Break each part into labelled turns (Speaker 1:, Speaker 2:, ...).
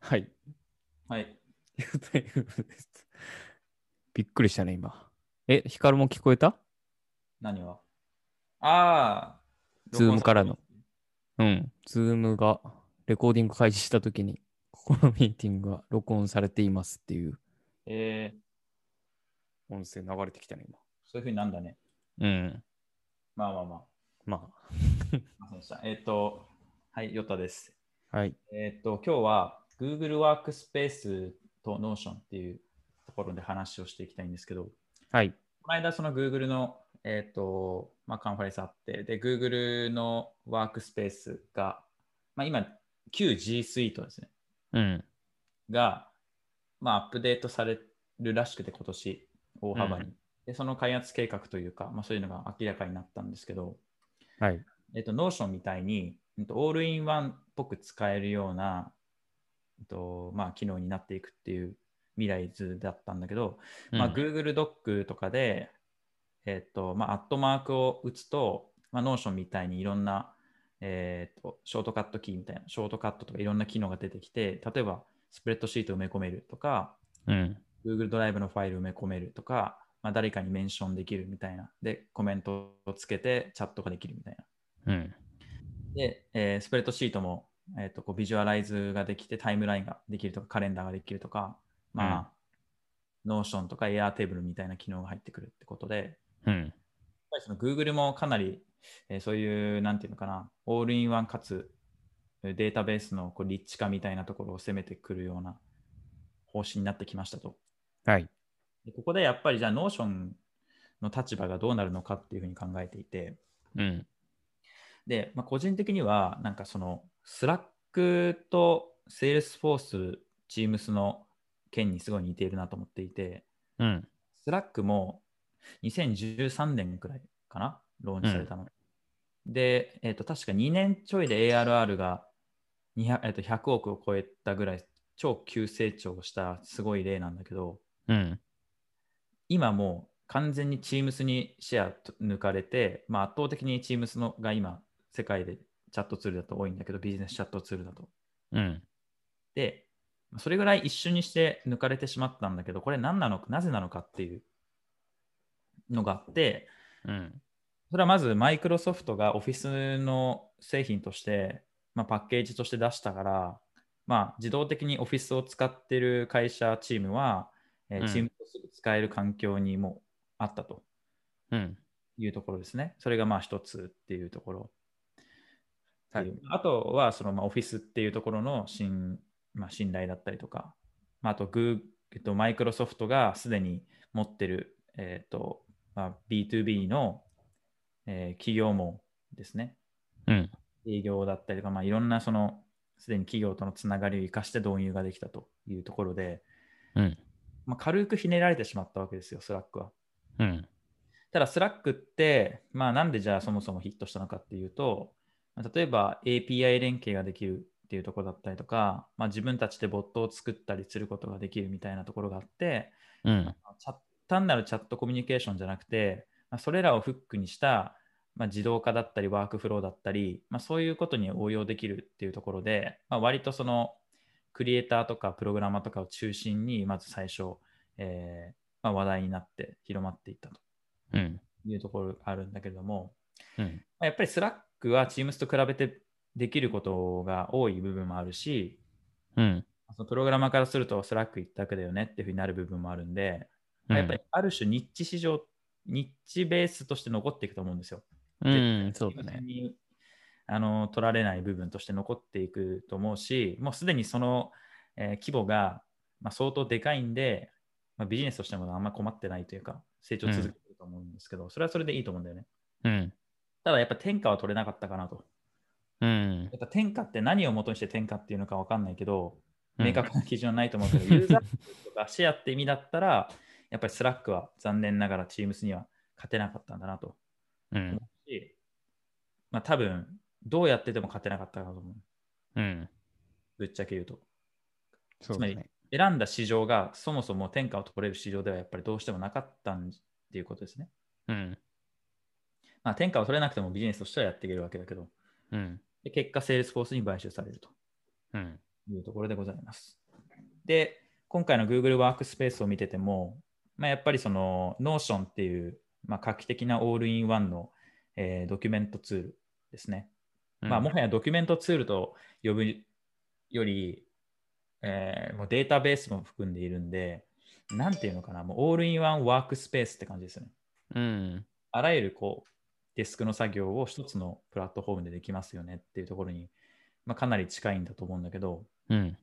Speaker 1: はい。
Speaker 2: はい。
Speaker 1: 大丈夫ですびっくりしたね、今。え、ヒカルも聞こえた
Speaker 2: 何はああ。
Speaker 1: ズームからの。うん。ズームがレコーディング開始したときに、ここのミーティングが録音されていますっていう
Speaker 2: ええ
Speaker 1: 音声流れてきたね、
Speaker 2: そういうふうになんだね。
Speaker 1: 今。うん。
Speaker 2: まあまあまあ。
Speaker 1: ます
Speaker 2: いませんでした。えっ、と、はい、ヨタです。
Speaker 1: あ。はい。
Speaker 2: えっ、と、今日は Google Workspace と Notion っていうところで話をしていきたいんですけど、
Speaker 1: はい。
Speaker 2: この間、その Google の、えっとまあ、カンファレンスあって、で、Google のワークスペースが、まあ、今、旧 G Suite ですね、
Speaker 1: うん。
Speaker 2: が、まあ、アップデートされるらしくて、今年、大幅に。
Speaker 1: う
Speaker 2: で、その開発計画というか、まあ、そういうのが明らかになったんですけど、
Speaker 1: はい。
Speaker 2: えっと、Notion みたいに、うんとオールインワンっぽく使えるような、うんとまあ、機能になっていくっていう未来図だったんだけど、まあ、
Speaker 1: うん
Speaker 2: Google ドックとかで、えっとまあ、アットマークを打つと、まあ、Notion みたいにいろんな、えっとショートカットキーみたいな、ショートカットとかいろんな機能が出てきて、例えばスプレッドシートを埋め込めるとか、
Speaker 1: うん。
Speaker 2: Google ドライブのファイルを埋め込めるとか、まあ、誰かにメンションできるみたいな、で、コメントをつけてチャットができるみたいな。
Speaker 1: うん。
Speaker 2: で、えースプレッドシートも、えー、とこうビジュアライズができて、タイムラインができるとか、カレンダーができるとか、まあ、ノーションとかエアーテーブルみたいな機能が入ってくるってことで、やっ
Speaker 1: うん。
Speaker 2: ぱりその Google もかなり、えーそういう、なんていうのかな、オールインワンかつデータベースのこうリッチ化みたいなところを攻めてくるような方針になってきましたと。
Speaker 1: はい。
Speaker 2: でここでやっぱりじゃあ、ノーションの立場がどうなるのかっていうふうに考えていて、
Speaker 1: うん。
Speaker 2: で、まあ、個人的には、なんかその、スラックと Salesforce、Teams の件にすごい似ているなと思っていて、
Speaker 1: うん。
Speaker 2: スラックも2013年くらいかな、ローンチされたの。で、えっ、と、確か2年ちょいで ARR が200、えっと100億を超えたぐらい、超急成長したすごい例なんだけど、
Speaker 1: うん。
Speaker 2: 今もう完全に Teams にシェアと抜かれて、まあ、圧倒的に Teams のが今、世界でチャットツールだと多いんだけど、ビジネスチャットツールだと。
Speaker 1: うん。
Speaker 2: で、それぐらい一瞬にして抜かれてしまったんだけど、これ何なのか、なぜなのかっていうのがあって、
Speaker 1: うん。
Speaker 2: それはまずマイクロソフトがオフィスの製品として、まあ、パッケージとして出したから、まあ、自動的にオフィスを使ってる会社チームは、え
Speaker 1: うん
Speaker 2: チームとすぐ使える環境にもあったと。
Speaker 1: うん。
Speaker 2: いうところですね。それがまあ一つっていうところ。
Speaker 1: はい
Speaker 2: ってうあとは、そのまあオフィスっていうところの信,、まあ、信頼だったりとか、まあ、あとグー、えっと、マイクロソフトがすでに持ってる、えっとまあ、B2B の、えー企業もですね、
Speaker 1: うん。
Speaker 2: 営業だったりとか、まあ、いろんなそのすでに企業とのつながりを生かして導入ができたというところで、
Speaker 1: うん。
Speaker 2: まあ、軽くひねられてしまったわけですよ、スラックは。
Speaker 1: うん。
Speaker 2: ただ、スラックって、まあ、なんでじゃあそもそもヒットしたのかっていうと、まあ例えば API 連携ができるっていうところだったりとか、まあ、自分たちでボットを作ったりすることができるみたいなところがあって、
Speaker 1: うん。
Speaker 2: チャ単なるチャットコミュニケーションじゃなくて、まあ、それらをフックにした、まあ、自動化だったりワークフローだったり、まあ、そういうことに応用できるっていうところで、まあ、割とそのクリエイターとかプログラマーとかを中心にまず最初、えーまあ、話題になって広まっていったと。
Speaker 1: うん。
Speaker 2: いうところがあるんだけれども、
Speaker 1: うん。
Speaker 2: まあやっぱり Slack は Teams と比べてできることが多い部分もあるし、
Speaker 1: うん。
Speaker 2: そのプログラマーからすると Slack 一択だよねっていうふうになる部分もあるんで、まあやっぱりある種ニッチ市場、ニッチベースとして残っていくと思うんですよ。
Speaker 1: うん、そうだ
Speaker 2: Teams
Speaker 1: ね。
Speaker 2: にあの取られない部分として残っていくと思うし、もうすでにその、えー規模が、まあ、相当でかいんで、まあ、ビジネスとしてもあんま困ってないというか、成長続けてると思うんですけど、それはそれでいいと思うんだよね。
Speaker 1: うん。
Speaker 2: ただやっぱ天下は取れなかったかなと。
Speaker 1: うん。
Speaker 2: やっぱ天下って何を元にして天下っていうのか分かんないけど、
Speaker 1: うん
Speaker 2: 明確な基準はないと思う けど、ユーザーとかシェアって意味だったら、やっぱりスラックは残念ながらチームスには勝てなかったんだなと。
Speaker 1: うん。
Speaker 2: しまあ多分、どうやってでも勝てなかったかなと思う。
Speaker 1: うん。
Speaker 2: ぶっちゃけ言うと。
Speaker 1: そうだ
Speaker 2: つまり
Speaker 1: ね。
Speaker 2: 選んだ市場がそもそも天下を取れる市場ではやっぱりどうしてもなかったんっていうことですね。
Speaker 1: うん。
Speaker 2: まあ、天下を取れなくてもビジネスとしてはやっていけるわけだけど、
Speaker 1: うん。
Speaker 2: で結果、セールスフォースに買収されると。
Speaker 1: うん。
Speaker 2: いうところでございます。で、今回の Google ワークスペースを見てても、まあ、やっぱりその Notion っていう、まあ、画期的なオールインワンの、えードキュメントツールですね。まあ、もはやドキュメントツールと呼ぶより、えーもうデータベースも含んでいるんで、なんていうのかな、もうオールインワンワークスペースって感じですよね。
Speaker 1: うん。
Speaker 2: あらゆるこうデスクの作業を一つのプラットフォームでできますよねっていうところに、まあ、かなり近いんだと思うんだけど、
Speaker 1: うん。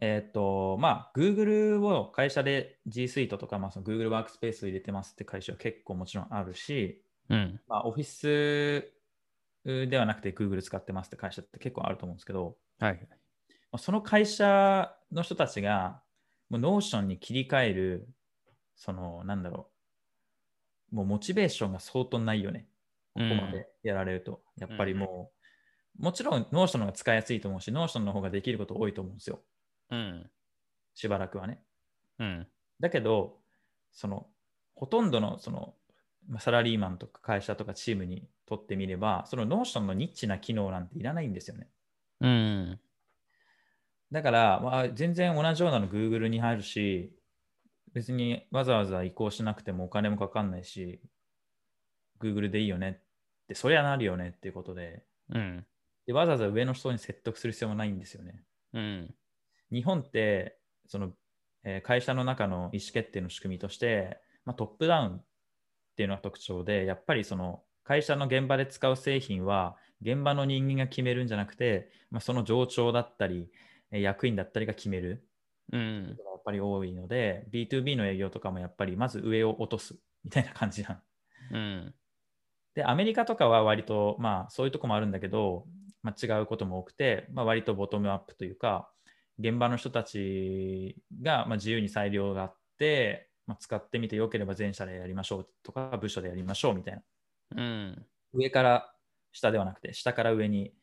Speaker 2: えーっと、まあ、Google を会社で G Suite とか、まあ、その Google ワークスペースを入れてますって会社は結構もちろんあるし、
Speaker 1: うん。
Speaker 2: まあ、Office ではなくて Google 使ってますって会社って結構あると思うんですけど、
Speaker 1: はい。
Speaker 2: まあその会社の人たちが、もう Notion に切り替える、その、なんだろう、もうモチベーションが相当ないよね。ここまでやられると。やっぱりもう、もちろん Notion の方が使いやすいと思うし、Notion の方ができること多いと思うんですよ。
Speaker 1: うん。
Speaker 2: しばらくはね。
Speaker 1: うん。
Speaker 2: だけど、その、ほとんどの、その、まあサラリーマンとか会社とかチームにとってみれば、その Notion のニッチな機能なんていらないんですよね。
Speaker 1: うん。
Speaker 2: だから、まあ、全然同じようなの Google に入るし、別にわざわざ移行しなくてもお金もかかんないし、Google でいいよねって、そりゃなるよねっていうことで
Speaker 1: うん。
Speaker 2: で、わざわざ上の人に説得する必要もないんですよね。
Speaker 1: うん。
Speaker 2: 日本って、その、えー会社の中の意思決定の仕組みとして、まあ、トップダウンっていうのが特徴で、やっぱりその会社の現場で使う製品は、現場の人間が決めるんじゃなくて、まあ、その上長だったり、えー役員だったりが決める。
Speaker 1: うん。
Speaker 2: やっぱり多いので、B2B の営業とかもやっぱりまず上を落とすみたいな感じなん
Speaker 1: うん。
Speaker 2: で、アメリカとかは割と、まあそういうとこもあるんだけど、まあ、違うことも多くて、まあ、割とボトムアップというか、現場の人たちがまあ自由に裁量があって、まあ、使ってみてよければ全社でやりましょうとか、部署でやりましょうみたいな。
Speaker 1: うん。
Speaker 2: 上から下ではなくて、下から上に、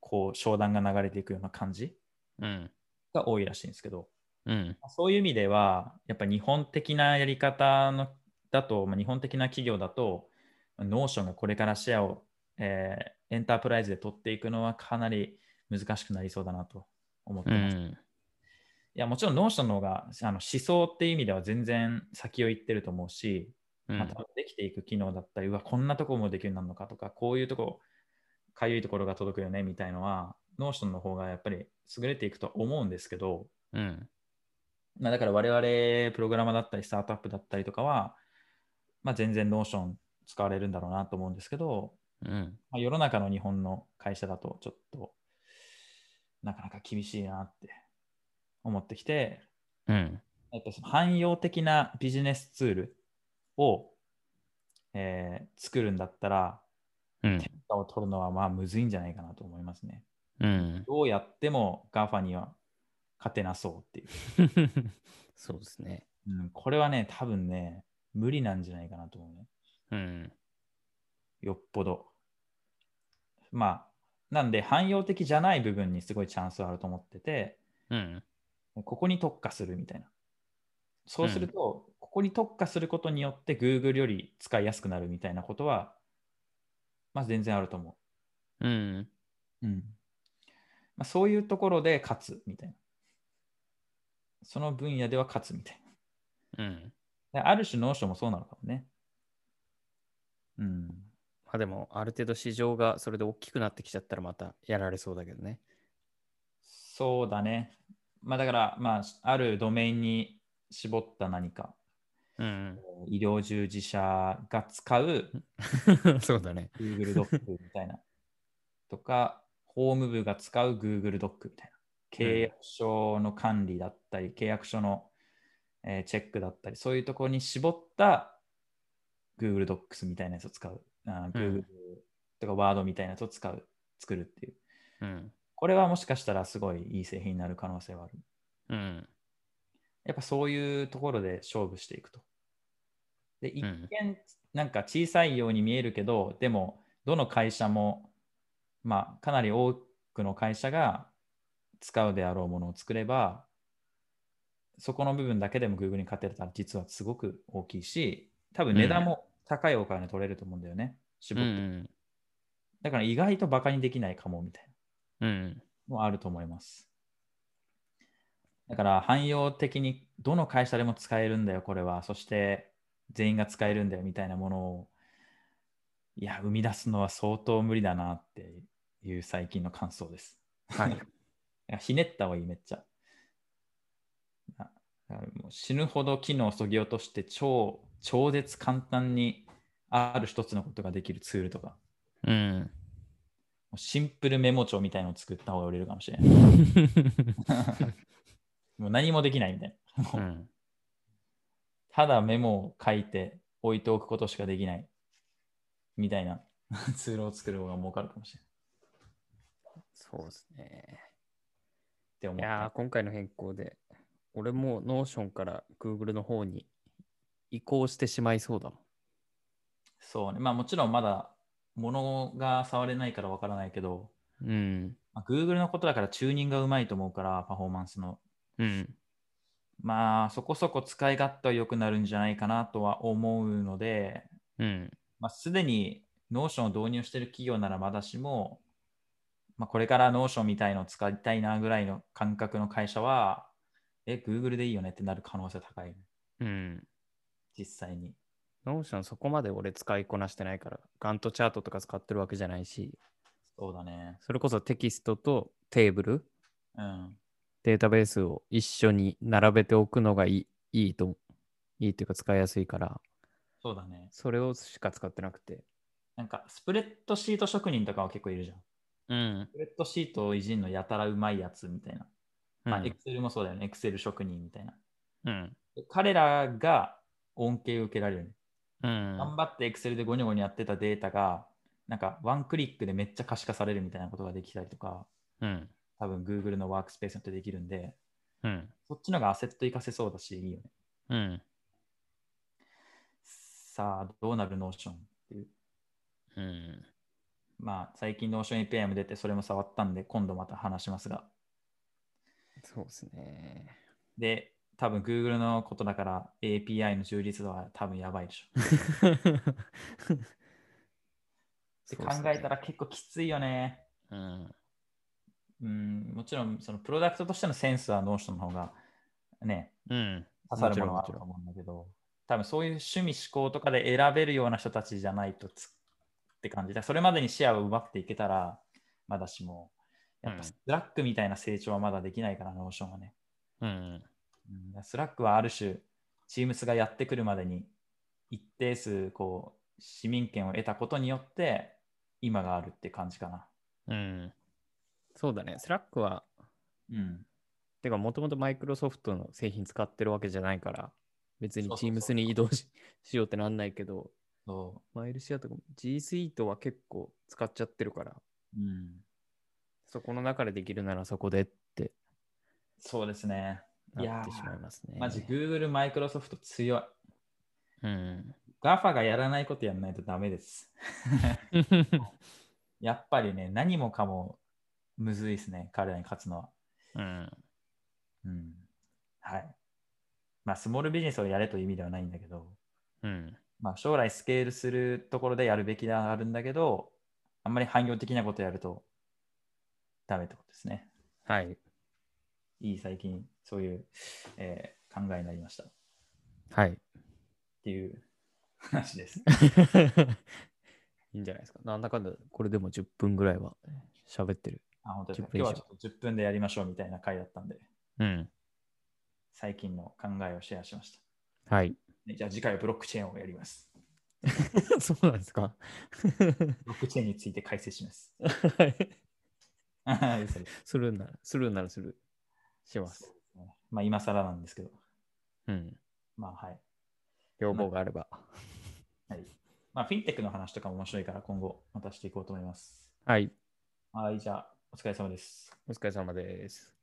Speaker 2: こう、商談が流れていくような感じ
Speaker 1: うん。
Speaker 2: が多いらしいんですけど、
Speaker 1: うん。
Speaker 2: そういう意味では、やっぱ日本的なやり方のだと、まあ、日本的な企業だと、ノーションがこれからシェアを、えーエンタープライズで取っていくのはかなり難しくなりそうだなと思って
Speaker 1: う
Speaker 2: ます。い
Speaker 1: ん。
Speaker 2: や、もちろんノーションの方があの思想っていう意味では全然先を行ってると思うし、まあ多分できていく機能だったり、うわ、こんなとこもできるようになるのかとか、こういうとこ、かゆいところが届くよねみたいのは、ノーションの方がやっぱり優れていくとは思うんですけど、
Speaker 1: うん。
Speaker 2: まあ、だから我々プログラマーだったりスタートアップだったりとかは、まあ、全然 Notion 使われるんだろうなと思うんですけど、
Speaker 1: うん。
Speaker 2: まあ、世の中の日本の会社だとちょっとなかなか厳しいなって思ってきて、
Speaker 1: うん。
Speaker 2: やっぱその汎用的なビジネスツールを、えー作るんだったら、
Speaker 1: うん。
Speaker 2: 天下を取るのはまあむずいんじゃないかなと思いますね。
Speaker 1: うん。
Speaker 2: どうやっても GAFA には勝てなそうっていう。
Speaker 1: そうですね。
Speaker 2: うん、これはね、多分ね、無理なんじゃないかなと思うね。
Speaker 1: うん。
Speaker 2: よっぽど。まあ、なんで汎用的じゃない部分にすごいチャンスはあると思ってて、
Speaker 1: うん。
Speaker 2: ここに特化するみたいな。そうすると、ここに特化することによって Google より使いやすくなるみたいなことは、まあ全然あると思
Speaker 1: うん。
Speaker 2: う。うん。まあ、そういうところで勝つみたいな。その分野では勝つみたいな。
Speaker 1: うん。
Speaker 2: である種、ノーションもそうなのかもね。うん。
Speaker 1: まあでも、ある程度市場がそれで大きくなってきちゃったらまたやられそうだけどね。
Speaker 2: そうだね。まあだから、まあ、あるドメインに絞った何か、
Speaker 1: うん。
Speaker 2: 医療従事者が使う
Speaker 1: そうだね。
Speaker 2: Google ドックみた いな。とか、法務部が使う Google ドックみたいな。契約書の管理だったり、契約書の、えーチェックだったり、そういうところに絞った Google ドックスみたいなやつを使う。あー
Speaker 1: うん
Speaker 2: Google とか Word みたいなやつを使う、作るっていう。
Speaker 1: うん。
Speaker 2: これはもしかしたらすごいいい製品になる可能性はある。
Speaker 1: うん。
Speaker 2: やっぱそういうところで勝負していくと。で、一
Speaker 1: ん
Speaker 2: 見、なんか小さいように見えるけど、でも、どの会社も、まあ、かなり多くの会社が使うであろうものを作れば、そこの部分だけでも Google に勝てたら実はすごく大きいし、多分値段も高いお金取れると思うんだよね、
Speaker 1: う
Speaker 2: 絞って。
Speaker 1: ん。
Speaker 2: だから意外とバカにできないかもみたいな。
Speaker 1: うん。
Speaker 2: もあると思います。だから汎用的にどの会社でも使えるんだよ、これは。そして全員が使えるんだよみたいなものを、いや、生み出すのは相当無理だなっていう最近の感想です。
Speaker 1: はい。
Speaker 2: いやひねった方がいい、めっちゃ。あだからもう死ぬほど機能をそぎ落として超、超絶簡単にある一つのことができるツールとか、
Speaker 1: うん。
Speaker 2: もうシンプルメモ帳みたいのを作った方が売れるかもしれない。 もう何もできないみたいな。もう
Speaker 1: うん
Speaker 2: ただメモを書いて置いておくことしかできないみたいなツールを作る方が儲かるかもしれない
Speaker 1: そうですね。
Speaker 2: って思
Speaker 1: い
Speaker 2: っ
Speaker 1: やー
Speaker 2: た。
Speaker 1: 今回の変更で、俺も Notion から Google の方に移行してしまいそうだもん。
Speaker 2: そうね。まあもちろんまだ物が触れないからわからないけど、
Speaker 1: うん。
Speaker 2: まあ、Google のことだからチューニングがうまいと思うから、パフォーマンスの。
Speaker 1: うん。
Speaker 2: まあそこそこ使い勝手は良くなるんじゃないかなとは思うので、
Speaker 1: うん。
Speaker 2: まあ、すでに Notion を導入している企業ならまだしも、まあ、これから Notion みたいのを使いたいなぐらいの感覚の会社は、え、Google でいいよねってなる可能性高い。
Speaker 1: うん。
Speaker 2: 実際に。
Speaker 1: Notion そこまで俺使いこなしてないから、ガントチャートとか使ってるわけじゃないし、
Speaker 2: そうだね。
Speaker 1: それこそテキストとテーブル、
Speaker 2: うん。
Speaker 1: データベースを一緒に並べておくのがいいいいと、いいというか使いやすいから、
Speaker 2: そうだね。
Speaker 1: それをしか使ってなくて。
Speaker 2: なんか、スプレッドシート職人とかは結構いるじゃん。ス
Speaker 1: うん。
Speaker 2: プレッドシートをいじんのやたらうまいやつみたいな。
Speaker 1: う
Speaker 2: まあ、
Speaker 1: ん
Speaker 2: Excel もそうだよね。Excel 職人みたいな。
Speaker 1: うん。
Speaker 2: 彼らが恩恵を受けられるね、
Speaker 1: うん。
Speaker 2: 頑張って Excel でゴニョゴニョやってたデータが、なんかワンクリックでめっちゃ可視化されるみたいなことができたりとか、
Speaker 1: うん。
Speaker 2: 多分 Google のワークスペースってできるんで、
Speaker 1: うん。
Speaker 2: そっちのがアセット活かせそうだし、いいよね。
Speaker 1: うん。
Speaker 2: さあ、どうなるノーションっていう。
Speaker 1: うん。
Speaker 2: まあ、最近ノーション API も出て、それも触ったんで、今度また話しますが。
Speaker 1: そうですね。
Speaker 2: で、多分 Google のことだから API の充実度は多分やばいでしょ。で考えたら結構きついよね。
Speaker 1: うん。
Speaker 2: うん、もちろん、そのプロダクトとしてのセンスはノーションの方がね、
Speaker 1: うん。
Speaker 2: 刺さるものはあると思うんだけど、多分そういう趣味思考とかで選べるような人たちじゃないとつって感じだからそれまでに視野を奪っていけたら、まだしも、やっ
Speaker 1: うん
Speaker 2: ぱスラックみたいな成長はまだできないから、ノーションはね。
Speaker 1: うん。
Speaker 2: うんだからスラックはある種、チームスがやってくるまでに、一定数こう市民権を得たことによって、今があるって感じかな。
Speaker 1: うん。そうだね。スラックは、
Speaker 2: うん、
Speaker 1: てか、もともとマイクロソフトの製品使ってるわけじゃないから、別に
Speaker 2: そうそうそ
Speaker 1: Teams
Speaker 2: う
Speaker 1: に移動し しようってなんないけど、
Speaker 2: そ
Speaker 1: マイルシアとかも G Suite は結構使っちゃってるから、
Speaker 2: ううん、
Speaker 1: そこの中でできるならそこでって
Speaker 2: そうですね。い
Speaker 1: な
Speaker 2: や
Speaker 1: ってしまい
Speaker 2: ー、
Speaker 1: ますね。
Speaker 2: マジ Google、マイクロソフト強い。
Speaker 1: うん。
Speaker 2: ガファがやらないことやらないとダメです。やっぱりね、何もかもむずいですね、彼らに勝つのは。
Speaker 1: うん。
Speaker 2: うん。はい。まあ、スモールビジネスをやれという意味ではないんだけど、
Speaker 1: うん。
Speaker 2: まあ、将来スケールするところでやるべきではあるんだけど、あんまり汎用的なことやるとダメってことですね。
Speaker 1: はい。
Speaker 2: いい、最近、そういう、えー考えになりました。っ
Speaker 1: はい。
Speaker 2: ていう 話です。
Speaker 1: いいんじゃないですか。なんだかんだ、これでも10分ぐらいは喋ってる。
Speaker 2: あ、本当ですか
Speaker 1: 10分以
Speaker 2: 今
Speaker 1: 上
Speaker 2: 日はちょっと10分でやりましょうみたいな回だったんで、
Speaker 1: うん。
Speaker 2: 最近の考えをシェアしました。
Speaker 1: はい。
Speaker 2: ねじゃあ次回はブロックチェーンをやります。
Speaker 1: そうなんですか。
Speaker 2: ブロックチェーンについて解説します。
Speaker 1: はい
Speaker 2: はいそうです
Speaker 1: するなら、するならする。します。
Speaker 2: ねまあ今更なんですけど、
Speaker 1: うん。
Speaker 2: まあはい。
Speaker 1: 要望があれば。
Speaker 2: はい、まあフィンテックの話とかも面白いから今後またしていこうと思います。
Speaker 1: はい。
Speaker 2: はい、じゃあお疲れ様です。
Speaker 1: お疲れ様です。